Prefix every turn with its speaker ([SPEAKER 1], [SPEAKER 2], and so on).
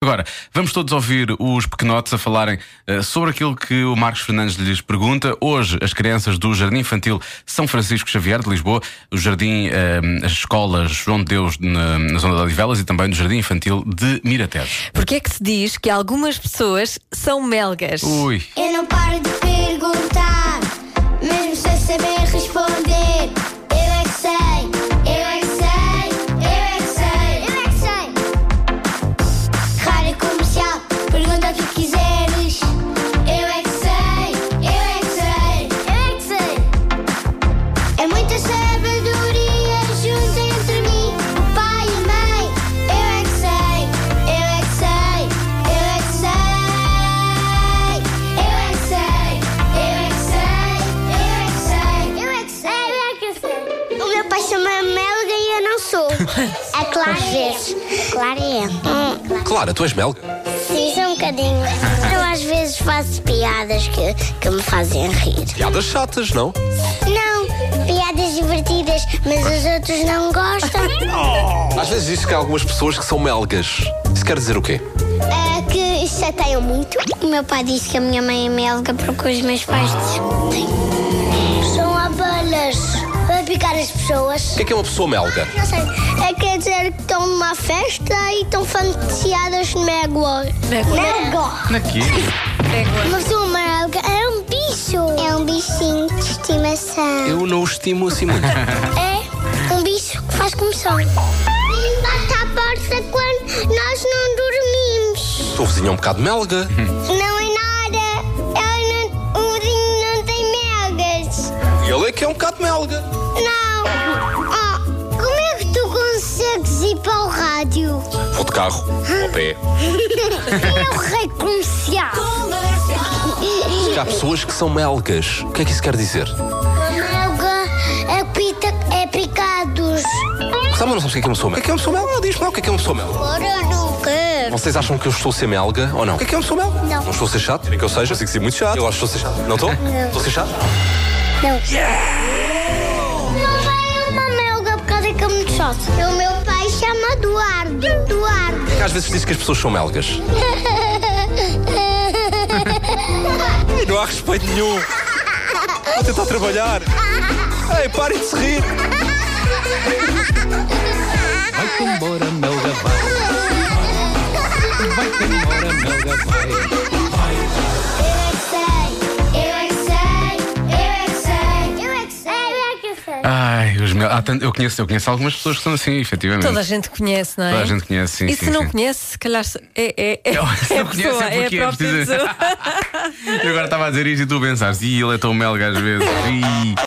[SPEAKER 1] Agora, vamos todos ouvir os pequenotes a falarem eh, sobre aquilo que o Marcos Fernandes lhes pergunta. Hoje, as crianças do Jardim Infantil São Francisco Xavier de Lisboa, o Jardim, eh, as escolas João de Deus na, na Zona de Odivelas e também do Jardim Infantil de Miratejo.
[SPEAKER 2] Porquê é que se diz que algumas pessoas são melgas?
[SPEAKER 1] Ui,
[SPEAKER 3] Eu não paro de perguntar, mesmo sem saber responder. Eu é que sei, eu é que sei, eu é que sei, eu é que sei. Rádio comercial, pergunta o que quiseres. Eu é que sei, eu é que sei, eu é que sei. É muita sabedoria junto entre mim, o pai e a mãe. Eu é que sei, eu é que sei, eu é que sei. Eu é que sei, eu é que sei, eu é que sei, eu é que sei, eu é que sei. O meu pai chama-me Melga e eu não sou. É claro, às vezes. Claro é.
[SPEAKER 4] Clara, tu és belga.
[SPEAKER 3] Sim, só um bocadinho. Eu às vezes faço piadas que, que me fazem rir.
[SPEAKER 4] Piadas chatas, não?
[SPEAKER 3] Não, piadas divertidas, mas os outros não gostam.
[SPEAKER 4] Às vezes diz-se que há algumas pessoas que são melgas. Isso quer dizer o quê?
[SPEAKER 3] É que chateiam muito. O meu pai disse que a minha mãe é melga porque os meus pais discutem. São abelhas para picar as
[SPEAKER 4] O
[SPEAKER 3] pessoas.
[SPEAKER 4] que é que é uma pessoa melga?
[SPEAKER 3] Não sei, é quer dizer que estão numa festa e estão fantasiadas de mégua.
[SPEAKER 2] Mégua.
[SPEAKER 1] naqui.
[SPEAKER 2] Mégua.
[SPEAKER 3] Mas uma melga é um bicho. É um bichinho de estimação.
[SPEAKER 4] Eu não os estimo assim muito.
[SPEAKER 3] É um bicho que faz comissão. Bate à porta quando nós não dormimos.
[SPEAKER 4] Tua vizinha é um bocado melga.
[SPEAKER 3] Não é nada. Ela não, o vinho não tem melgas.
[SPEAKER 4] E ele é que é um bocado melga.
[SPEAKER 3] Não. Oh, como é que tu consegues ir para o rádio?
[SPEAKER 4] Vou de carro, ao pé.
[SPEAKER 3] É o rei comercial.
[SPEAKER 4] Porque Há pessoas que são melgas. O que é que isso quer dizer?
[SPEAKER 3] Melga é, pita, é picados.
[SPEAKER 4] Sabe, não sabes o que é que é uma pessoa melga? O que é que é uma pessoa melga? Diz-me lá o que é que é uma pessoa melga.
[SPEAKER 3] Agora não quero.
[SPEAKER 4] Vocês acham que eu estou a ser melga ou não? O que é que é uma pessoa melga?
[SPEAKER 3] Não.
[SPEAKER 4] Não estou a ser chato? Querem que eu seja? Eu sei que ser muito chato. Eu acho que estou a ser chato. Não estou? Não. Estou a ser chato?
[SPEAKER 3] Não. Meu pai é uma melga por causa que é muito chato. O meu pai chama Eduardo. Eduardo.
[SPEAKER 4] Porque às vezes diz É que as pessoas são melgas. E não há respeito nenhum. Vou tentar trabalhar. Ei, parem de se rir.
[SPEAKER 5] Vai-te embora, melga, vai. Vai-te embora, melga, vai.
[SPEAKER 3] é é
[SPEAKER 1] Ai, os mel... há tanto- eu, conheço, eu conheço algumas pessoas que são assim, efetivamente.
[SPEAKER 2] Toda a gente conhece, não é?
[SPEAKER 1] Toda a gente conhece, sim,
[SPEAKER 2] E se
[SPEAKER 1] sim,
[SPEAKER 2] não
[SPEAKER 1] sim.
[SPEAKER 2] conhece, se calhar se- é, é, é, é
[SPEAKER 1] Eu- se
[SPEAKER 2] a
[SPEAKER 1] não conhece, é
[SPEAKER 2] pessoa, é a
[SPEAKER 1] porque é
[SPEAKER 2] própria
[SPEAKER 1] preciso-
[SPEAKER 2] pessoa.
[SPEAKER 1] Eu agora estava a dizer isto e tu pensaste, e ele é tão melga às vezes. Ih.